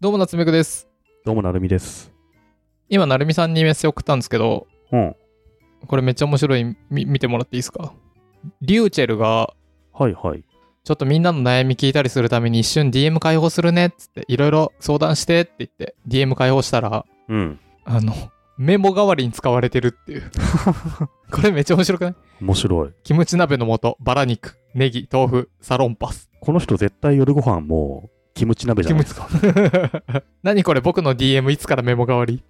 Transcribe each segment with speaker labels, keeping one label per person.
Speaker 1: どうも、夏目くです。
Speaker 2: どうもなるみです。
Speaker 1: 今、なるみさんにメッセージ送ったんですけど、
Speaker 2: うん。
Speaker 1: これめっちゃ面白い。み見てもらっていいですかリューチェルが、
Speaker 2: はいはい。
Speaker 1: ちょっとみんなの悩み聞いたりするために一瞬 DM 解放するねっつって、いろいろ相談してって言って、DM 解放したら、
Speaker 2: うん。
Speaker 1: あの、メモ代わりに使われてるっていう。これめっちゃ面白くない
Speaker 2: 面白い。
Speaker 1: キムチ鍋の素、バラ肉、ネギ、豆腐、サロンパス。
Speaker 2: この人絶対夜ご飯もうキムチ鍋じゃないですか。
Speaker 1: 何これ僕の DM いつからメモ代わり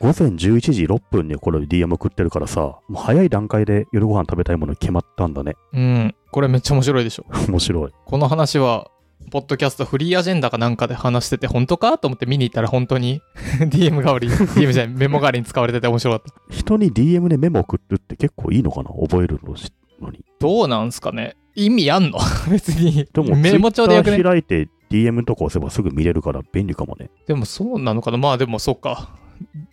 Speaker 2: 午前11時6分にこれ DM 送ってるからさ、もう早い段階で夜ご飯食べたいもの決まったんだね。
Speaker 1: うん。これめっちゃ面白いでしょ。
Speaker 2: 面白い。
Speaker 1: この話は、ポッドキャストフリーアジェンダかなんかで話してて、本当かと思って見に行ったら本当に DM 代わりに、DM じゃない、メモ代わりに使われてて面白かった。
Speaker 2: 人に DM でメモ送るって結構いいのかな覚えるのしのに。
Speaker 1: どうなんすかね意味あんの 別に
Speaker 2: で。も、
Speaker 1: メモ帳でよくね
Speaker 2: Twitter。開いて DM とか押せばすぐ見れるから便利かもね。
Speaker 1: でもそうなのかなまあでもそっか。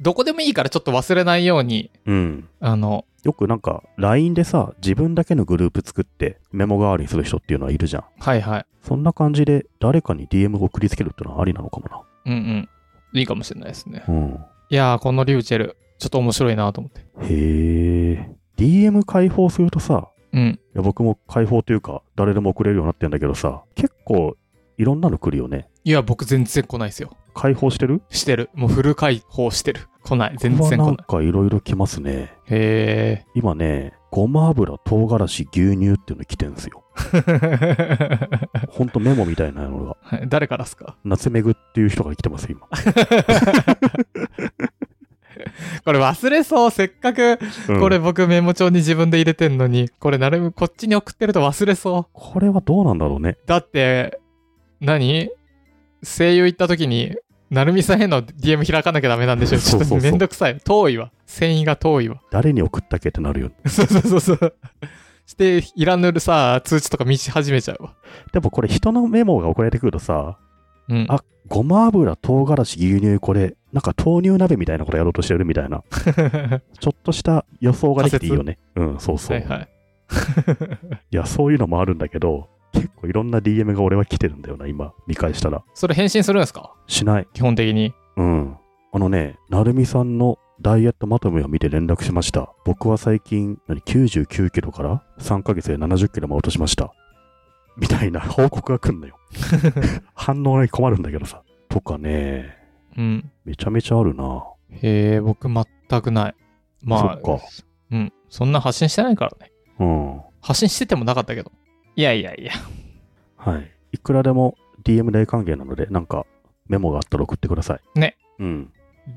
Speaker 1: どこでもいいからちょっと忘れないように、
Speaker 2: うん。
Speaker 1: あの、
Speaker 2: よくなんか LINE でさ、自分だけのグループ作ってメモ代わりにする人っていうのはいるじゃん。
Speaker 1: はいはい。
Speaker 2: そんな感じで誰かに DM を送りつけるってのはありなのかも
Speaker 1: うんうん。いいかもしれないですね。
Speaker 2: な。うん。
Speaker 1: いやー、このリューチェル、ちょっと面白いなと思って。
Speaker 2: へえ。DM 開放するとさ、
Speaker 1: うん。
Speaker 2: いや僕も開放というか、誰でも送れるようになってんだけどさ、結構いろんなの来るよね。
Speaker 1: いや、僕全然来ないですよ。
Speaker 2: 開放してる
Speaker 1: してる。もうフル解放してる。来ない。全然来
Speaker 2: これは
Speaker 1: なんい。
Speaker 2: かいろいろ来ますね。
Speaker 1: へー。
Speaker 2: 今ね、ごま油、唐辛子、牛乳っていうの来てんすよ。ほんとメモみたいなの が。
Speaker 1: はい誰からっすか
Speaker 2: 夏めぐっていう人が来てますよ、今。
Speaker 1: これ忘れそう。せっかく、
Speaker 2: うん
Speaker 1: これ、僕メモ帳に自分で入れてんのに、これなるべくこっちに送ってると忘れそ
Speaker 2: これはどうなんだろうね。
Speaker 1: う。だって、何声優行った時に、なるみさんへの DM 開かなきゃダメなんでしょち
Speaker 2: そ
Speaker 1: ょ
Speaker 2: うそう
Speaker 1: っ
Speaker 2: そ
Speaker 1: と
Speaker 2: う
Speaker 1: めんどくさい。遠いわ。繊維が遠いわ。
Speaker 2: 誰に送ったっけってなるよね。
Speaker 1: そうそうそうそう。して、いらぬるさ、通知とか見し始めちゃうわ。
Speaker 2: でもこれ人のメモが送られてくるとさ、
Speaker 1: うん。
Speaker 2: あごま油、唐辛子、牛乳、これ、なんか豆乳鍋みたいなことやろうとしてるみたいな、ちょっとした予想ができていいよね。うん、そうそう。
Speaker 1: はい
Speaker 2: い
Speaker 1: はい。
Speaker 2: や、そういうのもあるんだけど、結構いろんな DM が俺は来てるんだよな、今、見返したら。
Speaker 1: それ返信するんですか
Speaker 2: しない。
Speaker 1: 基本的に。
Speaker 2: うん。あのね、なるみさんのダイエットまとめを見て連絡しました。僕は最近、何、99キロから3ヶ月で70キロも落としました。みたいな報告が来ん のよ。反応に困るんだけどさ。とかね、
Speaker 1: うん。
Speaker 2: めちゃめちゃあるな。
Speaker 1: へえ、僕全くない。まあ、
Speaker 2: そっか
Speaker 1: うん。そんな発信してないからね。
Speaker 2: うん。
Speaker 1: 発信しててもなかったけど。いやいやいや。
Speaker 2: はい。いくらでも DM 大歓迎なので、なんかメモがあったら送ってください。
Speaker 1: ね。
Speaker 2: うん。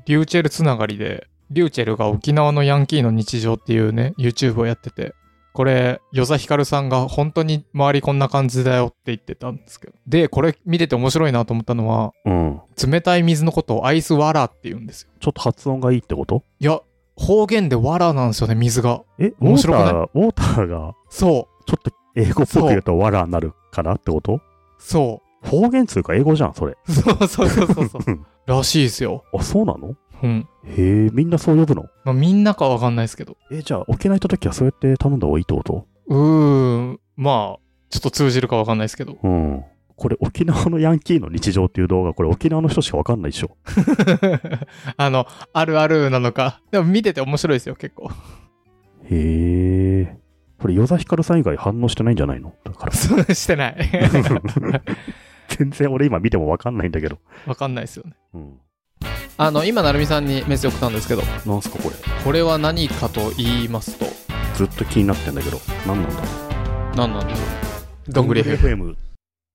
Speaker 1: リューチェルつながりで、リューチェルが沖縄のヤンキーの日常っていうね、YouTube をやってて、これ、与座ヒカルさんが本当に周りこんな感じだよって言ってたんですけど。で、これ見てて面白いなと思ったのは、
Speaker 2: うん。冷
Speaker 1: 冷たい水のことをアイスワラって言うんですよ。
Speaker 2: ちょっと発音がいいってこと
Speaker 1: いや、方言でワラなんですよね、水が。
Speaker 2: え、ウォ
Speaker 1: 面
Speaker 2: ー
Speaker 1: 白くない
Speaker 2: ター、ウォーターが
Speaker 1: そ
Speaker 2: ちょっと英語っぽく言うとわらになるからってこと
Speaker 1: う、そ
Speaker 2: 方言通か英語じゃん、それ。
Speaker 1: う、そうそうそうそうそう。らしいですよ。
Speaker 2: あ、そうなの
Speaker 1: うん。
Speaker 2: へえ、みんなそう呼ぶの
Speaker 1: まあ、みんなかわかんないですけど。
Speaker 2: え、じゃあ沖縄行った時はそうやって頼んだ方がいいってこと
Speaker 1: うーん、まあ、ちょっと通じるかわかんないです けど。
Speaker 2: うん。これ沖縄のヤンキーの日常っていう動画、これ沖縄の人しかわかんないでしょ。
Speaker 1: あの、あるあるなのか。でも見てて面白いですよ、結構。
Speaker 2: へえ。これ、与座ヒカルさん以外反応してないんじゃないのだから。
Speaker 1: そうしてない。
Speaker 2: 全然俺今見てもわかんないんだけど。
Speaker 1: わかんないですよね。
Speaker 2: うん。
Speaker 1: あの、今、なるみさんにメッセージ送ったんですけど、
Speaker 2: なんすかこれ。
Speaker 1: これは何かと言いますと、
Speaker 2: ずっと気になってんだけど。何なんだろ
Speaker 1: 何なんでしょう。
Speaker 2: う。
Speaker 1: どんぐり FM。
Speaker 2: FM。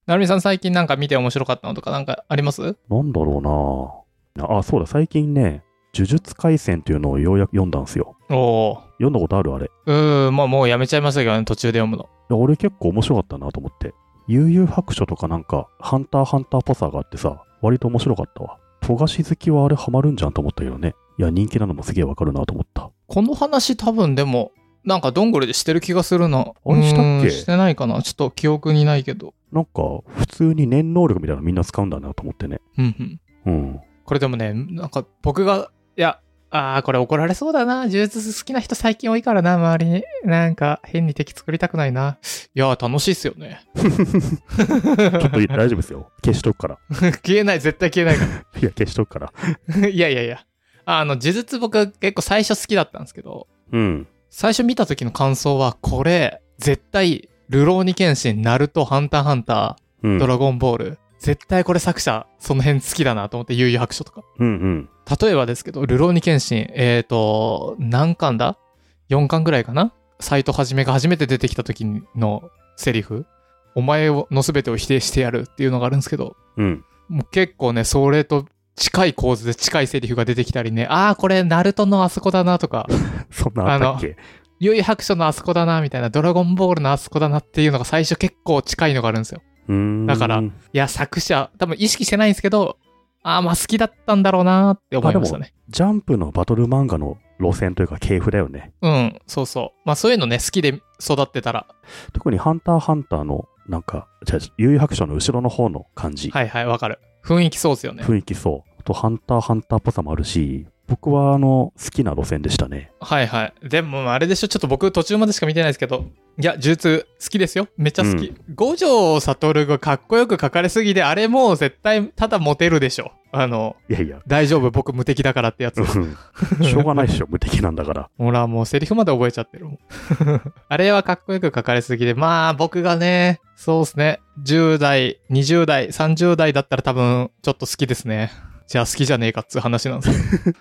Speaker 1: なるみさん、最近なんか見て面白かったのとか、なんかあります
Speaker 2: なんだろうなあ、そうだ、最近ね、呪術廻戦っていうのをようやく読んだんすよ。
Speaker 1: おお
Speaker 2: 読んだことあるあれ。いう
Speaker 1: ーん、まあ、もうやめちゃいましたけどね、途中で読むの。
Speaker 2: や、俺結構面白かったなと思って。悠々白書とかなんか、ハンターハンターっぽさがあってさ、割と面白かったわ。富樫好きはあれハマるんじゃんと思ったけどね。いや、人気なのもすげえわかるなと思った。
Speaker 1: この話多分でも、なんかどんぐりでしてる気がするな。
Speaker 2: あれしたっけ
Speaker 1: うーんしてないかな。ちょっと記憶にないけど。
Speaker 2: なんか、普通に念能力みたいなのみんな使うんだなと思ってね。
Speaker 1: うんうん。
Speaker 2: うん。
Speaker 1: これでもね、なんか僕が、いや、ああ、これ怒られそうだな。呪術好きな人最近多いからな、周りに。なんか、変に敵作りたくないな。いやー、楽しいっすよね。
Speaker 2: ちょっと 大丈夫ですよ。消しとくから。
Speaker 1: 消えない、絶対消えないか
Speaker 2: いや、消しとくから。
Speaker 1: ら。 いやいやいや。あの、呪術僕結構最初好きだったんですけど、
Speaker 2: うん。
Speaker 1: 最初見た時の感想は、これ、絶対、ルローニケンシン、ナルト、ハンターハンタ
Speaker 2: う
Speaker 1: ー、
Speaker 2: ん。
Speaker 1: ドラゴンボール。絶対これ作者、その辺好きだなと思って、悠々白書とか。
Speaker 2: うんうん。
Speaker 1: 例えばですけど、ルローニケンシン、えっ、ー、と、何巻だ ?4 巻ぐらいかな斎藤はじめが初めて出てきた時のセリフ、お前の全てを否定してやるっていうのがあるんですけど、
Speaker 2: うん。
Speaker 1: もう結構ね、それと近い構図で近いセリフが出てきたりね、ああ、これ、ナルトのあそこだなとか、
Speaker 2: そんなあったっけ
Speaker 1: 悠々白書のあそこだなみたいな、ドラゴンボールのあそこだなっていうのが最初結構近いのがあるんですよ。
Speaker 2: うーん。
Speaker 1: だから
Speaker 2: うん
Speaker 1: いや、作者、多分意識してないんですけど、ああ、まあ好きだったんだろうなーって思いましたね。
Speaker 2: ジャンプのバトル漫画の路線というか系譜だよね。
Speaker 1: うん、そうそう。まあそういうのね、好きで育ってたら、
Speaker 2: 特にハンターハンターの、なんか、じゃあ、悠々白書の後ろの方の感じ。
Speaker 1: はいはい、わかる。雰囲気そうですよね。
Speaker 2: 雰囲気そう。あと、ハンターハンターっぽさもあるし、僕は、あの、好きな路線でしたね。
Speaker 1: はいはい。でも、あれでしょ、ちょっと僕途中までしか見てないですけど、いや、呪術好きですよ。めっちゃ好き。
Speaker 2: う
Speaker 1: 五条悟がかっこよく書かれすぎで、あれもう絶対、ただモテるでしょ。あの、
Speaker 2: いやいや、
Speaker 1: 大丈夫、僕無敵だからってやつ
Speaker 2: う。んしょうがないでしょ、無敵なんだから。
Speaker 1: ほら、もうセリフまで覚えちゃってるもん。 あれはかっこよく書かれすぎで、まあ僕がね、そうですね、10代、20代、30代だったら多分ちょっと好きですね。じゃあ好きじゃねえかっつう話なんです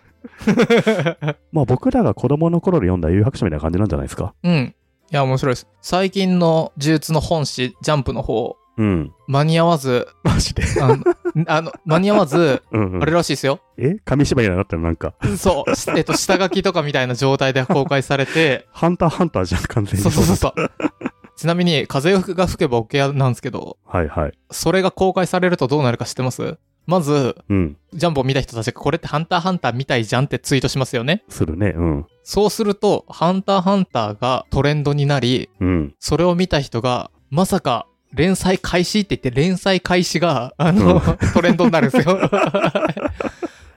Speaker 1: よ。
Speaker 2: まあ、僕らが子供の頃に読んだ悠々白書みたいな感じなんじゃないですか。
Speaker 1: うん。いや、面白いです。最近の呪術の本誌、ジャンプの方、
Speaker 2: うん。
Speaker 1: 間に合わず、
Speaker 2: マジで。
Speaker 1: あの、あの間に合わず、
Speaker 2: うん、うん。
Speaker 1: あれらしいですよ。
Speaker 2: え紙芝居になったのなんか、
Speaker 1: そう、えっと、下書きとかみたいな状態で公開されて、
Speaker 2: ハンターハンターじゃん、完全に。
Speaker 1: そうそうそうそう。ちなみに、風が吹けばオケアなんですけど、
Speaker 2: はいはい。
Speaker 1: それが公開されるとどうなるか知ってますまず、
Speaker 2: うん。
Speaker 1: ジャンボを見た人たちがこれってハンターハンターみたいじゃんってツイートしますよね。
Speaker 2: するね。うん。
Speaker 1: そうすると、ハンターハンターがトレンドになり、
Speaker 2: うん。
Speaker 1: それを見た人が、まさか、連載開始って言って、連載開始が、あの、トレンドになるんですよ。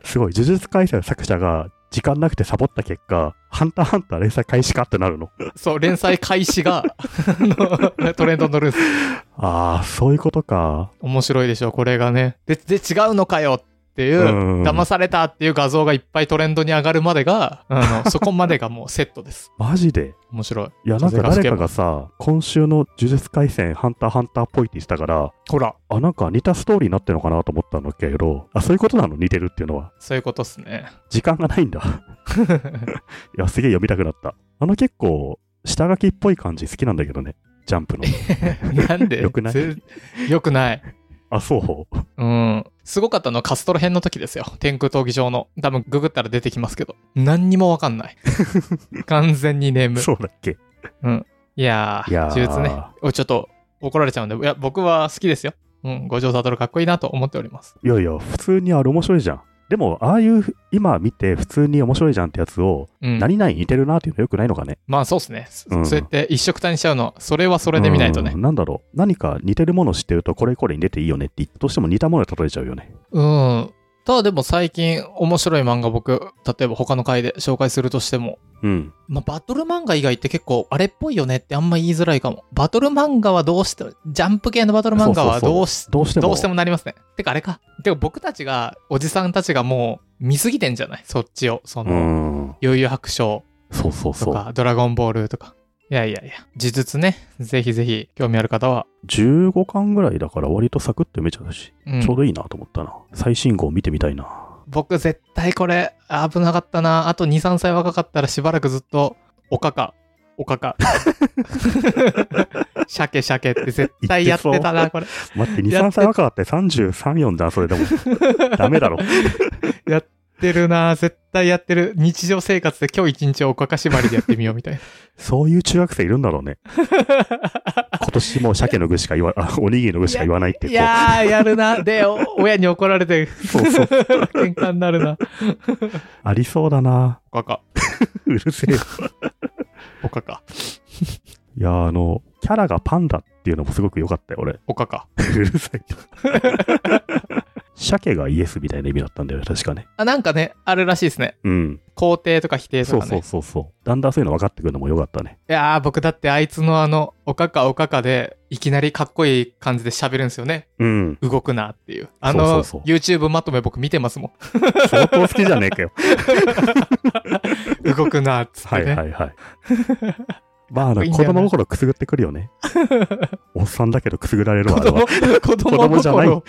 Speaker 2: すごい。呪術廻戦の作者が、時間なくてサボった結果、ハンターハンター連載開始かってなるの。
Speaker 1: そう、連載開始が、あの、 トレンドに乗るんですよ
Speaker 2: ああ、そういうことか。
Speaker 1: 面白いでしょこれがねでで違うのかよっていう、
Speaker 2: うん
Speaker 1: 騙されたっていう画像がいっぱいトレンドに上がるまでがあの そこまでがもうセットです
Speaker 2: マジで。
Speaker 1: 面白い
Speaker 2: いや、なんか誰かがさ、今週の呪術廻戦、ハンターハンターっぽいって言ってたから、
Speaker 1: ほら
Speaker 2: あ、なんか似たストーリーになってるのかなと思ったんだけど、あ、そういうことなの似てるっていうのは。
Speaker 1: そういうことっすね
Speaker 2: 時間がないんだ。 いや、すげえ読みたくなった。あの結構、下書きっぽい感じ好きなんだけどね。ジャン プの。
Speaker 1: なんで
Speaker 2: よくない
Speaker 1: ぜ よくない
Speaker 2: あ、そう。
Speaker 1: うんすごかったのはカストロ編の時ですよ天空闘技場の多分ググったら出てきますけど何にもわか んない完全に眠
Speaker 2: そうだっけ。
Speaker 1: いやー
Speaker 2: いやー
Speaker 1: 呪術ねおちょっと怒られちゃうんでいや僕は好きですようん五条悟かっこいいなと思っております
Speaker 2: いやいや、普通にあれ面白いじゃん。でも、ああいう、今見て普通に面白いじゃんってやつを、
Speaker 1: うん
Speaker 2: 何々似てるなっていうのよくないのかね。
Speaker 1: まあそうですね。そ
Speaker 2: うん
Speaker 1: そうやって一色単にしちゃうの、それはそれで見ないとね
Speaker 2: う。んなんだろう。何か似てるものを知ってると、これこれに出ていいよねって、どうしても似たもので例えちゃうよね。
Speaker 1: うん。ただでも最近面白い漫画僕、例えば他の回で紹介するとしても、
Speaker 2: うん。
Speaker 1: まあ、バトル漫画以外って結構あれっぽいよねってあんま言いづらいかも。バトル漫画はどうして、ジャンプ系のバトル漫画はどうし、
Speaker 2: どうしても。
Speaker 1: どうしてもなりますね。てかあれか。てか僕たちが、おじさんたちがもう見すぎてんじゃないそっちを。その、
Speaker 2: うん。
Speaker 1: 余裕白書
Speaker 2: そうそう
Speaker 1: と
Speaker 2: そう。
Speaker 1: か、ドラゴンボールとか。いやいやいや、呪術ね。ぜひぜひ興味ある方は。
Speaker 2: 15巻ぐらいだから、割とサクッと読めちゃうし、
Speaker 1: うん
Speaker 2: ちょうどいいなと思ったな。最新号見てみたいな。
Speaker 1: 僕絶対これ危なかったなあと23歳若かったらしばらくずっとおかかおか か鮭鮭って絶対やってたなこれ
Speaker 2: 待って、2、
Speaker 1: やって
Speaker 2: 3歳若かって33、4だな、それで も。ダメだろ。
Speaker 1: やってるな絶対やってる日常生活で今日一日おかか縛りでやってみようみたいな
Speaker 2: そういう中学生いるんだろう ね。今年もう鮭の具しか言わ、 あおにぎりの具しか言わないっ て
Speaker 1: い
Speaker 2: いう子。
Speaker 1: やーやるなでお親に怒られて
Speaker 2: そうそう。
Speaker 1: 喧嘩になるな
Speaker 2: ありそうだな。
Speaker 1: おかか
Speaker 2: うるせえ。
Speaker 1: おかか
Speaker 2: いや、あの、キャラがパンダっていうのもすごく良かったよ、俺。
Speaker 1: おかか
Speaker 2: うるさい。鮭がイエスみたいな意味だったんだよね、確かね。
Speaker 1: あ、なんかね、あるらしいですね。
Speaker 2: うん。
Speaker 1: 肯定とか否定とか
Speaker 2: そ
Speaker 1: ね。
Speaker 2: うそうそうそう。だんだんそういうの分かってくるのもよかったね。
Speaker 1: いやー、僕だってあいつのあの、おかかおかかで、いきなりかっこいい感じで喋るんですよね。
Speaker 2: うん。
Speaker 1: 動くなっていう。あ
Speaker 2: そ
Speaker 1: の、
Speaker 2: うそうそう
Speaker 1: YouTube まとめ僕見てますも
Speaker 2: 相当好きじゃね えかよ。
Speaker 1: ん。 動くなっつって
Speaker 2: は
Speaker 1: ね。
Speaker 2: いはいはい。まあ、あ
Speaker 1: かっこ
Speaker 2: の
Speaker 1: いいん
Speaker 2: 子
Speaker 1: だよな
Speaker 2: 供の頃くすぐってくる よね。おっさんだけどくすぐられるわ。
Speaker 1: 子
Speaker 2: あれは
Speaker 1: 供、子供
Speaker 2: 子供じゃない
Speaker 1: 心